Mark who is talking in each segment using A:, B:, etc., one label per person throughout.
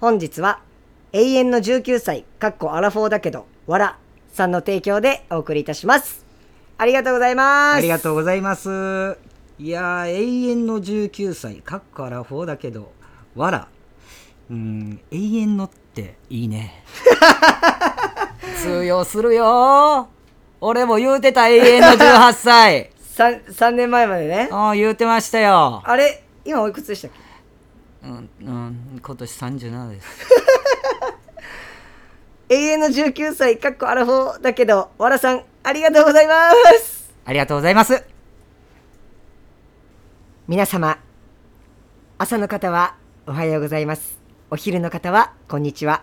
A: 本日は永遠の19歳かっこアラフォーだけどわらさんの提供でお送りいたしますありがとうございます
B: ありがとう
A: う
B: ございます。いやー、永遠の19歳、かっこアラフォーだけど、わら。うーん、永遠のっていいね。 通用するよ俺も言うてた永遠の18歳。
A: 3, 3年前までねあ
B: ああ、言うてましたよ。
A: れ今おいくつでしたっけ
B: うん、うん、今年37です。
A: 永遠の19歳かっこアラフォーだけどわらさんありがとうございます
B: ありがとうございます。
A: 皆様朝の方はおはようございますお昼の方はこんにちは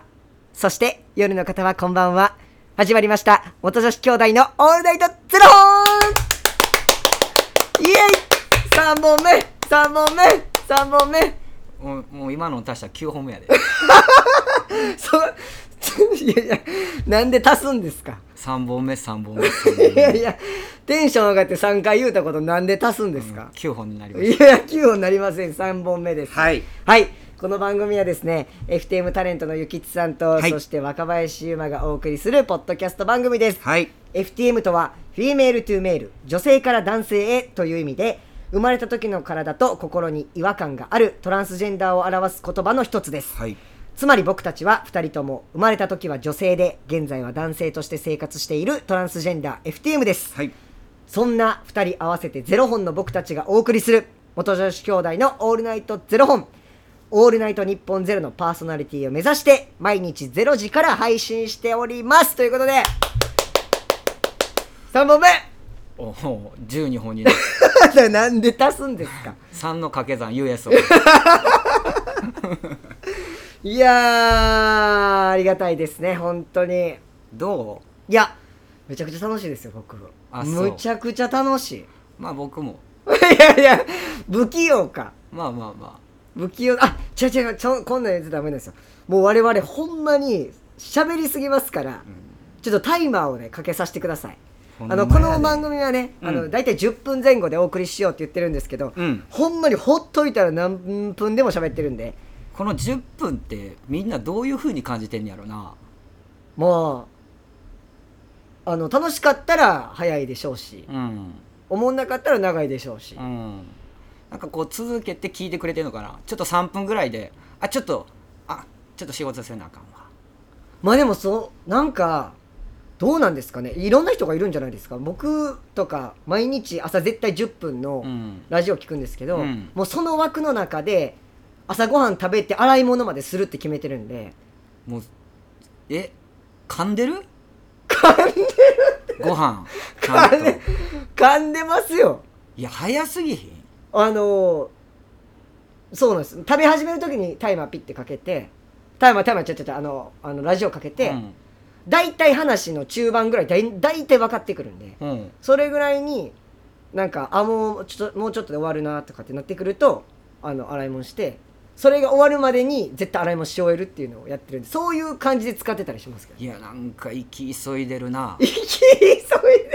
A: そして夜の方はこんばんは始まりました元女子兄弟のオールナイトゼロ本イエイ3本目3本目3本目
B: もうもう今の足したら9本目や で。
A: そ いやいやなんで足すんですか
B: 3本目、3本目、
A: いやい
B: 3
A: やテンション上がって3回言うたことなんで足すんです
B: 本目
A: か、。
B: 9本になりまし
A: いや、器用になりません。3本目です。
B: た。はい。
A: はい。この番組はですね、FTM タレントのゆきちさんと、
B: はい
A: そして若林優馬がお送りするポッドキャスト番組です。
B: はい。
A: FTM とは、フィメールトゥーメール、女性から男性へという意味で、生まれた時の体と心に違和感があるトランスジェンダーを表す言葉の一つです。
B: はい。
A: つまり僕たちは2人とも生まれた時は女性で、現在は男性として生活しているトランスジェンダー FTM です。
B: はい。
A: そんな2人合わせてゼロ本の僕たちがお送りする元女子兄弟の「オールナイトゼロ本」「オールナイト日本ゼロのパーソナリティを目指して毎日ゼロ時から配信しておりますということで3本目
B: おお12本になる。
A: なんで足すんですか
B: 3の掛け算 USO
A: いやーありがたいですね本当に
B: ど
A: いやめちゃくちゃ楽しいですよ僕
B: あそう
A: むちゃくちゃ楽し
B: うまあ僕も
A: い いやいや 不器用か
B: まあまあま
A: 不器用あ違う違うちょこんなんやつダメなんですよもう我々ほんまに喋りすぎますから、ちょっとタイマーをねかけさせてください
B: ほんま
A: あ
B: や
A: の
B: で
A: この番組はね、
B: うん
A: あの大体10分前後でお送りしようって言ってるんですけど、
B: うん
A: ほんまにほっといたら何分でも喋ってるんで
B: あこの10分ってみんなどういうふうに感じてんやろな
A: もうあの楽しかったら早いでしょうし、
B: うん
A: 思んなかったら長いでしょうし、
B: うんなんかこう続けて聞いてくれてるのかなちょっと3分ぐらいであちょっとあちょっと仕事せなあかんわ
A: まあでもそうなんかどうなんですかねいろんな人がいるんじゃないですか僕とか毎日朝絶対10分の
B: うん
A: ラジオ聞くんですけど、
B: うん
A: もうその枠の中で朝ごはん食べて洗い物までするって決めてるんで
B: もうえ噛んでる噛んでるご飯ちゃんと
A: 噛んで噛んでますよ
B: いや早すぎひん
A: あのーそうなんです食べ始める時にタイマーピッてかけてタイマータイマーちゃちゃちゃあのあのラジオかけて、
B: うん
A: 大体話の中盤ぐらいだい大体分かってくるんで
B: うん
A: それぐらいになんかあもうちょっともうちょっとで終わるなとかってなってくるとあの洗い物してそれが終わるまでに絶対洗い物し終えるっていうのをやってるんでそういう感じで使ってたりしますけど
B: いやなんか行き急いでるな
A: 行き急い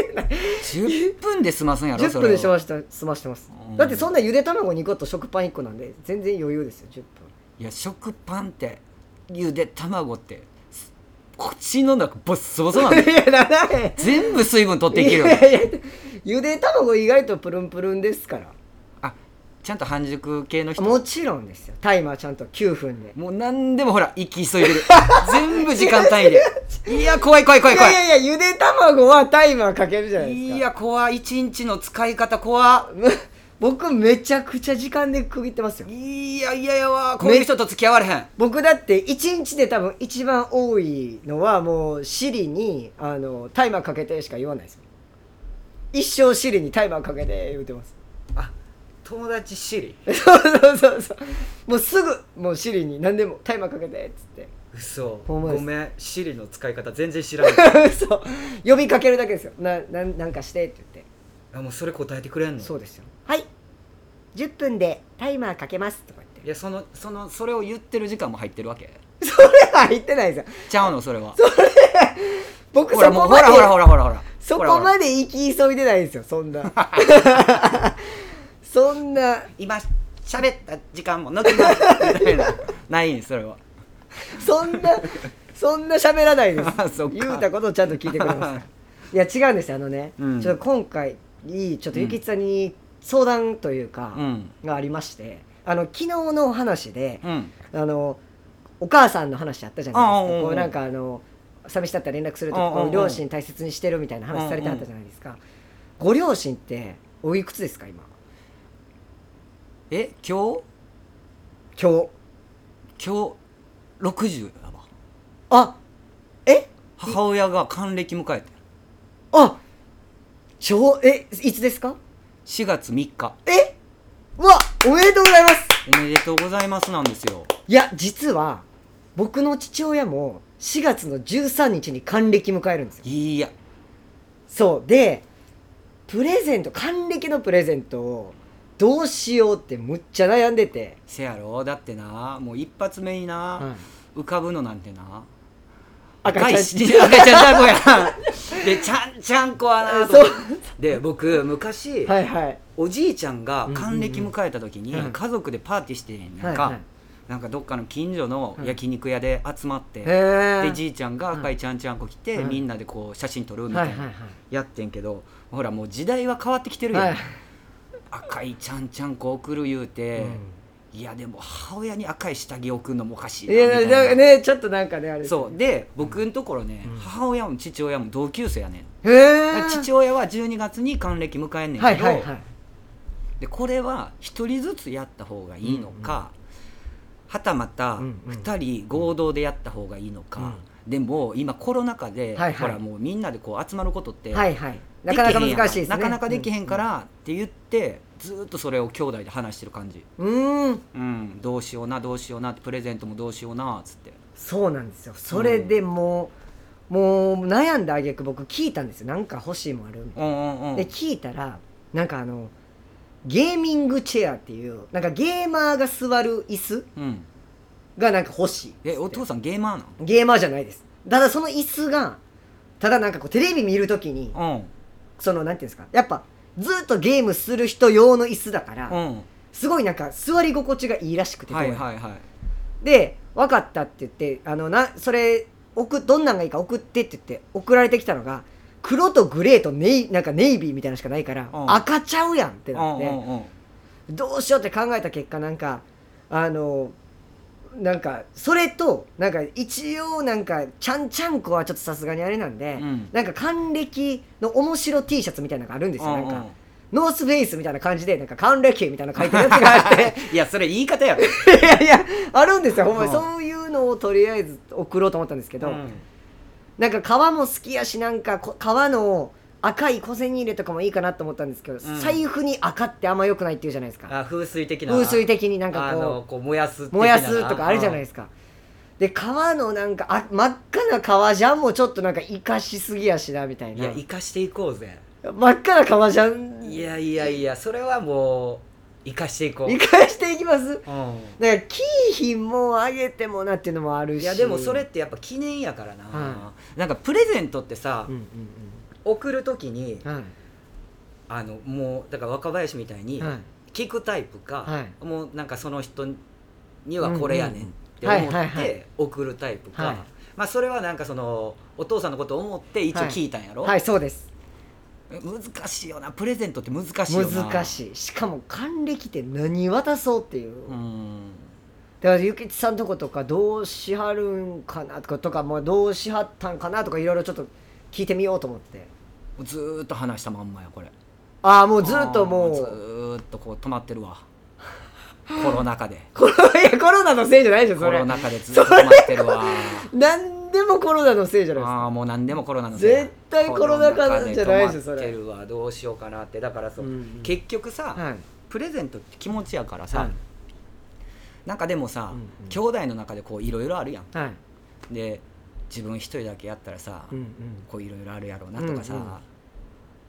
A: でない
B: 10分で済ますんやろ
A: 10
B: そ
A: 分
B: れ
A: で
B: を
A: 済ました済ましてます
B: うん
A: だってそんなゆで卵2個と食パン1個なんで全然余裕ですよ10分
B: いや食パンってゆで卵ってす口の中ボッソボソなん で
A: いやならへん
B: 全部水分取っていけるよ
A: いやいやゆで卵意外とプルンプルンですから
B: あちゃんと半熟系の人も
A: もちろんですよタイマーちゃんと9分で
B: う何でもほら息急いでる全部時間単 位でいや怖い怖い怖い
A: い
B: 怖
A: や
B: い
A: いやいやゆで卵はタイマーかけるじゃないですか
B: いや怖い一日の使い方怖
A: む僕めちゃくちゃ時間で区切ってますよ
B: いやいやいやわこういう人と付き合われへん
A: 僕だって1日で多分一番多いのはもうシリにあのタイマーかけてしか言わないですもん一生シリにタイマーかけて言うてます
B: あ友達シリ
A: そうそうそうそうもうすぐもうシリに何でもタイマーかけてっつって
B: 嘘
A: ほんまですご
B: めんシリの使い方全然 知らん
A: そう呼びかけるだけですよななんなんかしてって言って、
B: あもうそれ答えてくれん
A: そうですよはい10分でタイマーかけますとか言って
B: いやそのそのそれを言ってる時間も入ってるわけ
A: それは言ってないですよ
B: ちゃうのそれは
A: 僕そ
B: ほ
A: こま
B: ら
A: で
B: もうほらほらほらほらほら
A: そ
B: ほら
A: こ
B: ほら
A: まで行き急いでないですよそん なそんな
B: 今喋った時間も抜きますみたいなないんそれは
A: そんなそんな喋らないで
B: あ
A: す
B: そっか
A: 言うたことをちゃんと聞いてくれ ますいや違うんですよあのね、
B: うん
A: ちょっと今回ちょっとゆきつさんに相談というか、
B: うん
A: がありましてあの昨日のお話で、
B: うん
A: あのお母さんの話あったじゃないです
B: ああうんう
A: か
B: ん
A: こうなんかあの寂しかったら連絡すると
B: うんうんうん
A: こう両親大切にしてるみたいな話されてあったじゃないですかご両親っておいくつですか今
B: え今日
A: 今日
B: 今日60やば
A: あえ
B: 母親が還暦迎えて
A: あちょえいつですか
B: 4月3日
A: えうわおめでとうございます
B: おめでとうございますなんですよ
A: いや実は僕の父親も4月の13日に還暦迎えるんですよ
B: いや
A: そうでプレゼント還暦のプレゼントをどうしようってむっちゃ悩んでて、
B: せやろだってなもう一発目にな、浮かぶのなんてな
A: 赤ちゃん
B: し 赤ちゃんだこやんでちゃんちゃんこはなと思ってで僕昔、
A: はいはい
B: おじいちゃんが還暦迎えた時に、
A: うんうんうん
B: 家族でパーティーしてんや
A: は
B: ん
A: い
B: か、
A: はい
B: なんかどっかの近所の焼肉屋で集まって、
A: へえ
B: でじいちゃんが赤いちゃんちゃんこ着て、
A: うん
B: みんなでこう写真撮るみた
A: はいい
B: な、
A: はい
B: やってんけどほらもう時代は変わってきてるや
A: はい
B: ん、
A: はい
B: 赤いちゃんちゃんこ送る言うて、いやでも母親に赤い下着送るのもおかしい
A: い
B: なみた
A: や
B: い
A: なん
B: な
A: かねちょっとなんかねあれです
B: そうで僕のところね、母親も父親も同級生やねん
A: へえ
B: 父親は12月に還暦迎えんねん
A: は
B: け
A: い
B: ど、
A: はいはい
B: でこれは1人ずつやった方がいいのか、はたま
A: う
B: た
A: んうん
B: 2人合同でやった方がいいのか、でも今コロナ禍で、
A: はいはい
B: ほらもうみんなでこう集まることって、
A: はいはいなかなか難しいですね
B: きへんやんなかなかできへんからって言って、ずーっとそれを兄弟で話してる感じ、
A: うんうんうん
B: うん、どうしようなどうしようなってプレゼントもどうしようなっつって
A: そうなんですよそれでもうもう悩んだ挙句僕聞いたんですよなんか欲しいもんあるみたいな
B: うんうんうん
A: で聞いたらなんかあのゲーミングチェアっていうなんかゲーマーが座る椅子
B: うん
A: がなんか欲しいっつって
B: えお父さんゲーマー
A: ゲーマーじゃないですただその椅子がただなんかこうテレビ見るときに
B: なの
A: そのなんていうんですかやっぱずっとゲームする人用の椅子だから、
B: うんうん
A: すごいなんか座り心地がいいらしくて、
B: はい
A: どうやら
B: はいはい
A: で分かったって言ってあのなそれ送どんなんがいいか送ってって言って送られてきたのが黒とグレーとネイなんかネイビーみたいなのしかないから、
B: うん
A: 赤ちゃうやんって
B: うん
A: なって、
B: うんうん
A: どうしようって考えた結果なんかあのなんかそれとなんか一応なんかちゃんちゃんこはちょっとさすがにあれなんで、
B: うん
A: なんか還暦の面白 T シャツみたいなのがあるんですよ、
B: うんうん
A: なんかノースフェイスみたいな感じでなんか還暦みたいなの書いてるやつがあ って
B: いやそれ言い方やろ
A: いやいやあるんですよほんまに、
B: うん
A: そういうのをとりあえず送ろうと思ったんですけど、
B: うん
A: なんか革も好きやしなんかこ革の赤い小銭入れとかもいいかなと思ったんですけど、
B: ん
A: 財布に赤ってあんま良くないっていうじゃないですか
B: あ風水的な
A: 風水的になんか
B: あ
A: こう
B: のこう燃やす的な
A: 燃やすとかあるじゃないですすか。で革のなんかあ真っ赤な革ジャンもちょっとなんか生かしすぎやしなみたい
B: い
A: な
B: や生かしていこうぜ
A: 真っ赤な革ジャン
B: いやいやいやそれはもう生かしていこう、
A: 生かしていきますだ
B: う
A: からキー品もあげてもなっていうのもある
B: ん、
A: し
B: いやでもそれってやっぱ記念やからな、
A: は
B: なんかプレゼントってさ、
A: うんうん
B: 送る時に
A: うんはい
B: あのもうだから若林みたいに
A: はい
B: 聞くタイプか、
A: は
B: もうなんかその人にはこれやねんって
A: うんうんは
B: 思
A: い
B: っ
A: はいはい
B: て送るタイプか、
A: はい
B: まあそれはなんかそのお父さんのことを思って一応聞いたんやろ、
A: はいそうです
B: 難しいよなプレゼントって難しいよな
A: 難しいしかも還暦って何渡そうっていう、
B: うん
A: だからゆきちさんとことかどうしはるんかなとかとかもうどうしはったんかなとかいろいろちょっと聞いてみようと思って
B: ずーっと話したまんまやこれ
A: ああもうずっとも
B: あーず
A: う
B: ーっとこう止まって るわコロナ禍で
A: コロいやコロナ のせいじゃないでしょ
B: コ
A: それ
B: ロナ禍でずーっと止まってるわ
A: 何でもコロナのせいじゃないですか
B: ああもう何でもコロナのせいだ
A: 絶対コロナ禍なんじゃないでしょ
B: コロナ禍で止まってるわどうしようかなってだからそう、
A: うんうん
B: 結局さ、
A: はい
B: プレゼントって気持ちやからさ、
A: はい
B: なんかでもさ、
A: うんうん
B: 兄弟の中でこういろいろあるやん
A: はい
B: で自分一人だけやったらさ、
A: うん
B: こういろいろあるやろうなとかさ、
A: うん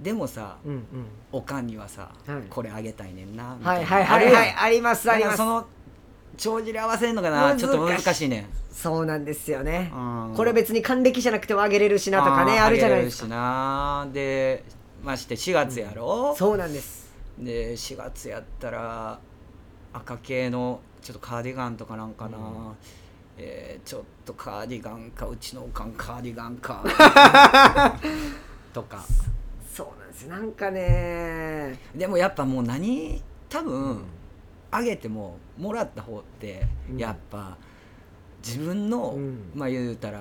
B: でもさ、
A: うんうん
B: おかんにはさ、
A: はい
B: これあげたいねんなみ
A: は
B: たい
A: いはい
B: な
A: はい
B: あるや
A: は
B: ん
A: いありますあ
B: だ
A: り
B: か
A: ます
B: らその帳尻合わせんのかな
A: 難しい
B: ちょっと難しいねん
A: そうなんですよね
B: うん
A: これ別に還暦じゃなくてもあげれるしなとかねあるじゃないですか
B: かなでまして4月やろ、
A: そうなんです
B: で4月やったら赤系のちょっとカーディガンとかなんかな、
A: うん
B: えーちょっとカーディガンかうちのおかんカーディガン かとか
A: そうなんですよなんかね
B: でもやっぱもう何多分あげてももらった方って
A: うん
B: やっぱ自分の、
A: うん
B: まあ言うたら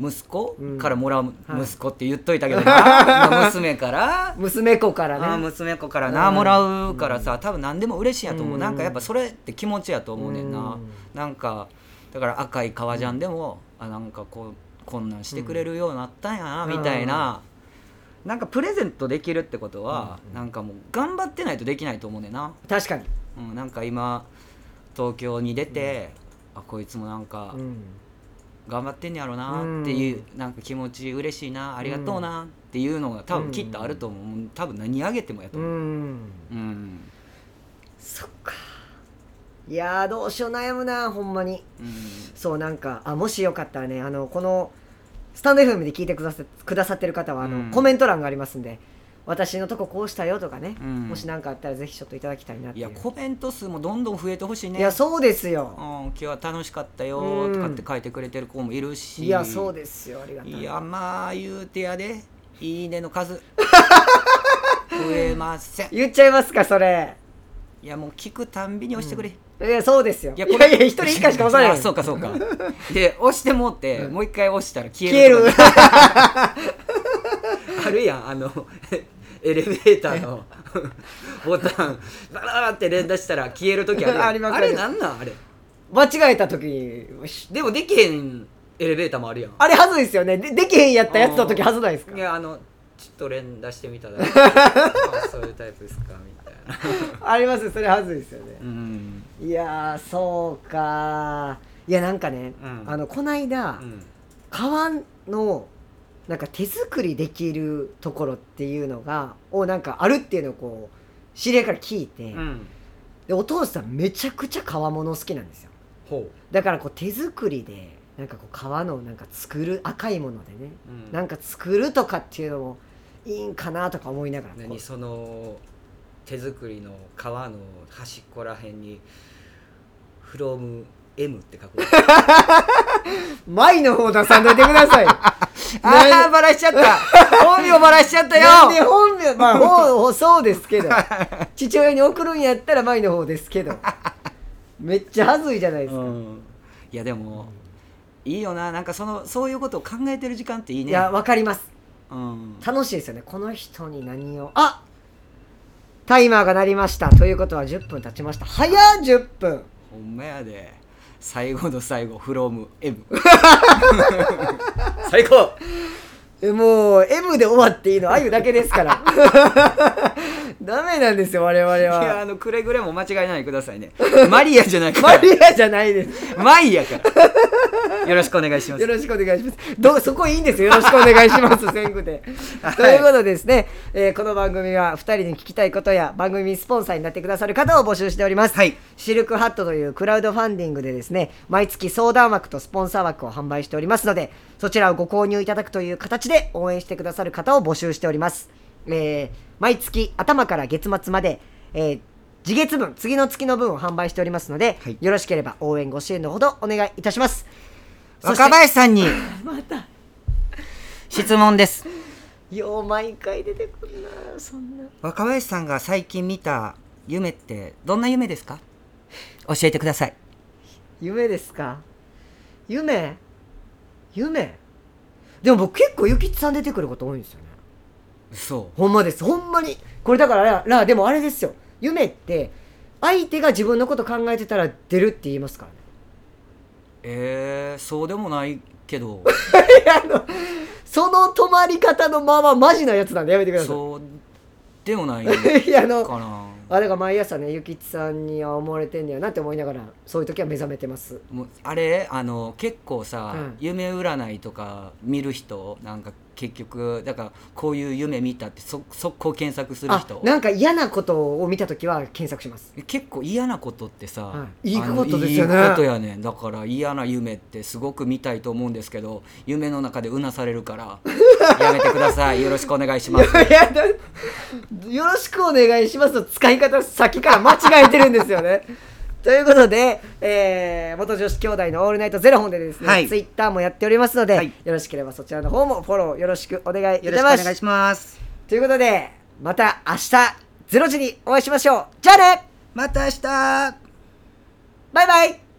B: 息子
A: うん
B: からもらう、
A: はい
B: 息子って言っとい たけどなまあ娘から
A: 娘子からね
B: ああ娘子からな、
A: うん
B: もらうからさ多分何でも嬉しいんやと思う、
A: うん
B: なんかやっぱそれって気持ちやと思うねんな、
A: うん
B: なんかだから赤い革ジャンでも、あなんかこうこんなんしてくれるようになったんやな、
A: うん
B: みたいな、なんかプレゼントできるってことは、
A: うん
B: なんかもう頑張ってないとできないと思うねんな、
A: 確かに、
B: うん、なんか今東京に出て、あこいつもなんか
A: うん
B: 頑張ってんねやろなっていう、なんか気持ち嬉しいなありがとうなっていうのが多分きっとあると思う、多分何あげてもやと
A: う
B: 思う、
A: ん
B: うん
A: そっかいやーどうしよう悩むなほんまに
B: うん
A: そうなんかあもしよかったらねあのこのスタンド FM で聞いてくださくださってる方はあの、
B: うん
A: コメント欄がありますんで私のとここうしたよとかね、
B: うん
A: もし何かあったらぜひちょっといただきたいなって
B: い
A: いう
B: やコメント数もどんどん増えてほしいね
A: いやそうですよ
B: うん、今日は楽しかったよとかって書いてくれてる子もいるし
A: いやそうですよありがたい
B: いやまあ言うてやでいいねの 数増えません
A: 言っちゃいますかそれ
B: いやもう聞くたんびに押してくれ、
A: いやそうですよいや
B: こ
A: い
B: れ
A: やいや一人一回しか押さな
B: あ
A: い
B: そうかそう かで押してもうて、もう一回押したら消
A: 消え
B: える
A: る
B: あるやんあの エレベーター のボタンバラバラって連打したら消える時あるやん
A: あります
B: あれなんなんあれ
A: 間違えた時によし
B: でもできへんエレベーターもあるやん
A: あれはずいですよねでできへんやったやつの時はずないですか
B: いやあのちょっと連打してみただ けあそういうタイプですかみたいな
A: ありますそれはずいですよね
B: うん
A: いやーそうかーいやなんかね、
B: うん
A: あのこないだ
B: うん
A: 革のなんか手作りできるところっていうのがをなんかあるっていうのをこう知り合いから聞いて、
B: うん
A: でお父さんめちゃくちゃ革物好きなんですよ
B: ほ
A: だからこう手作りでなんかこう革のなんか作る赤いものでね、
B: う、うん
A: なんか作るとかっていうのもいいんかなとか思いながらこう
B: 何その手作りの皮の端っこらへんに「from M」って書く
A: 前の方出さんといてくだ さい
B: あーバラしちゃった本名バラしちゃった
A: なんで
B: よ
A: 本名まあほうそうです けど父親に送るんやったら前の方ですけどめっちゃ恥ずいじゃないですか、
B: うんいやでも、いいよななんかそのそういうことを考えてる時間っていい
A: い
B: ね
A: やわかります
B: うん、
A: 楽しいですよねこの人に何をあタイマーが鳴りましたということは10分経ちました早っ10分
B: ほんまやで最後の最後「from M」最高
A: えもう M で終わっていい のあゆだけですから ダメなんですよ我々
B: いや
A: は
B: あのくれぐれも間違いないでくださいねマリアじゃないか
A: マ
B: ら
A: リアじゃないです
B: マイやからよろしくお願いします
A: よろしくお願いします。どうそこいいんですよ。よろしくお願いし ます。全部で。ということでですね、えーこの番組は2人に聞きたいことや番組スポンサーになってくださる方を募集しております。
B: はい
A: シルクハットというクラウドファンディングでですね、毎月相談枠とスポンサー枠を販売しておりますので、そちらをご購入いただくという形で応援してくださる方を募集しております。えー毎月頭から月末まで、えー次月分、次の月の分を販売しておりますので、
B: はい
A: よろしければ応援ご支援のほどお願いいたします。そして
B: 若林さんに質問です
A: よう毎回出てくるなそんな
B: 若林さんが最近見た夢ってどんな夢ですか教えてください
A: 夢ですか夢夢でも僕結構ゆきつさん出てくること多いんですよね
B: そ
A: ほんまですほんまにこれだからららでもあれですよ夢って相手が自分のこと考えてたら出るって言いますからね
B: えー、そうでもないけど
A: いやあのその止まり方のままマジなやつなんでやめてくださ
B: そうでもな い
A: いいやあの
B: かな
A: あれが毎朝ねゆきつさんには思われてんねやなって思いながらそういう時は目覚めてます
B: もうあれあの結構さ、
A: うん
B: 夢占いとか見る人なんか結局だからこういう夢見たってそ速攻検索する
A: あ
B: 人
A: なんか嫌なことを見た時は検索します
B: 結構嫌なことってさ、
A: はいいいことですよね
B: あのいいことやねんだから嫌な夢ってすごく見たいと思うんですけど夢の中でうなされるから やめてくださいよろしくお願いします
A: いやだ よろしくお願いしますの使い方先から間違えてるんですよねということで、えー元女子兄弟のオールナイトゼロ本でですね、
B: はい
A: ツイッターもやっておりますので、
B: はい
A: よろしければそちらの方もフォローよろしくお願いい
B: よ
A: た
B: ろ
A: ま
B: しくお願い
A: す。
B: します
A: ということで、また明日ゼロ時にお会いしましょう。じゃあね
B: また明日
A: バイバイ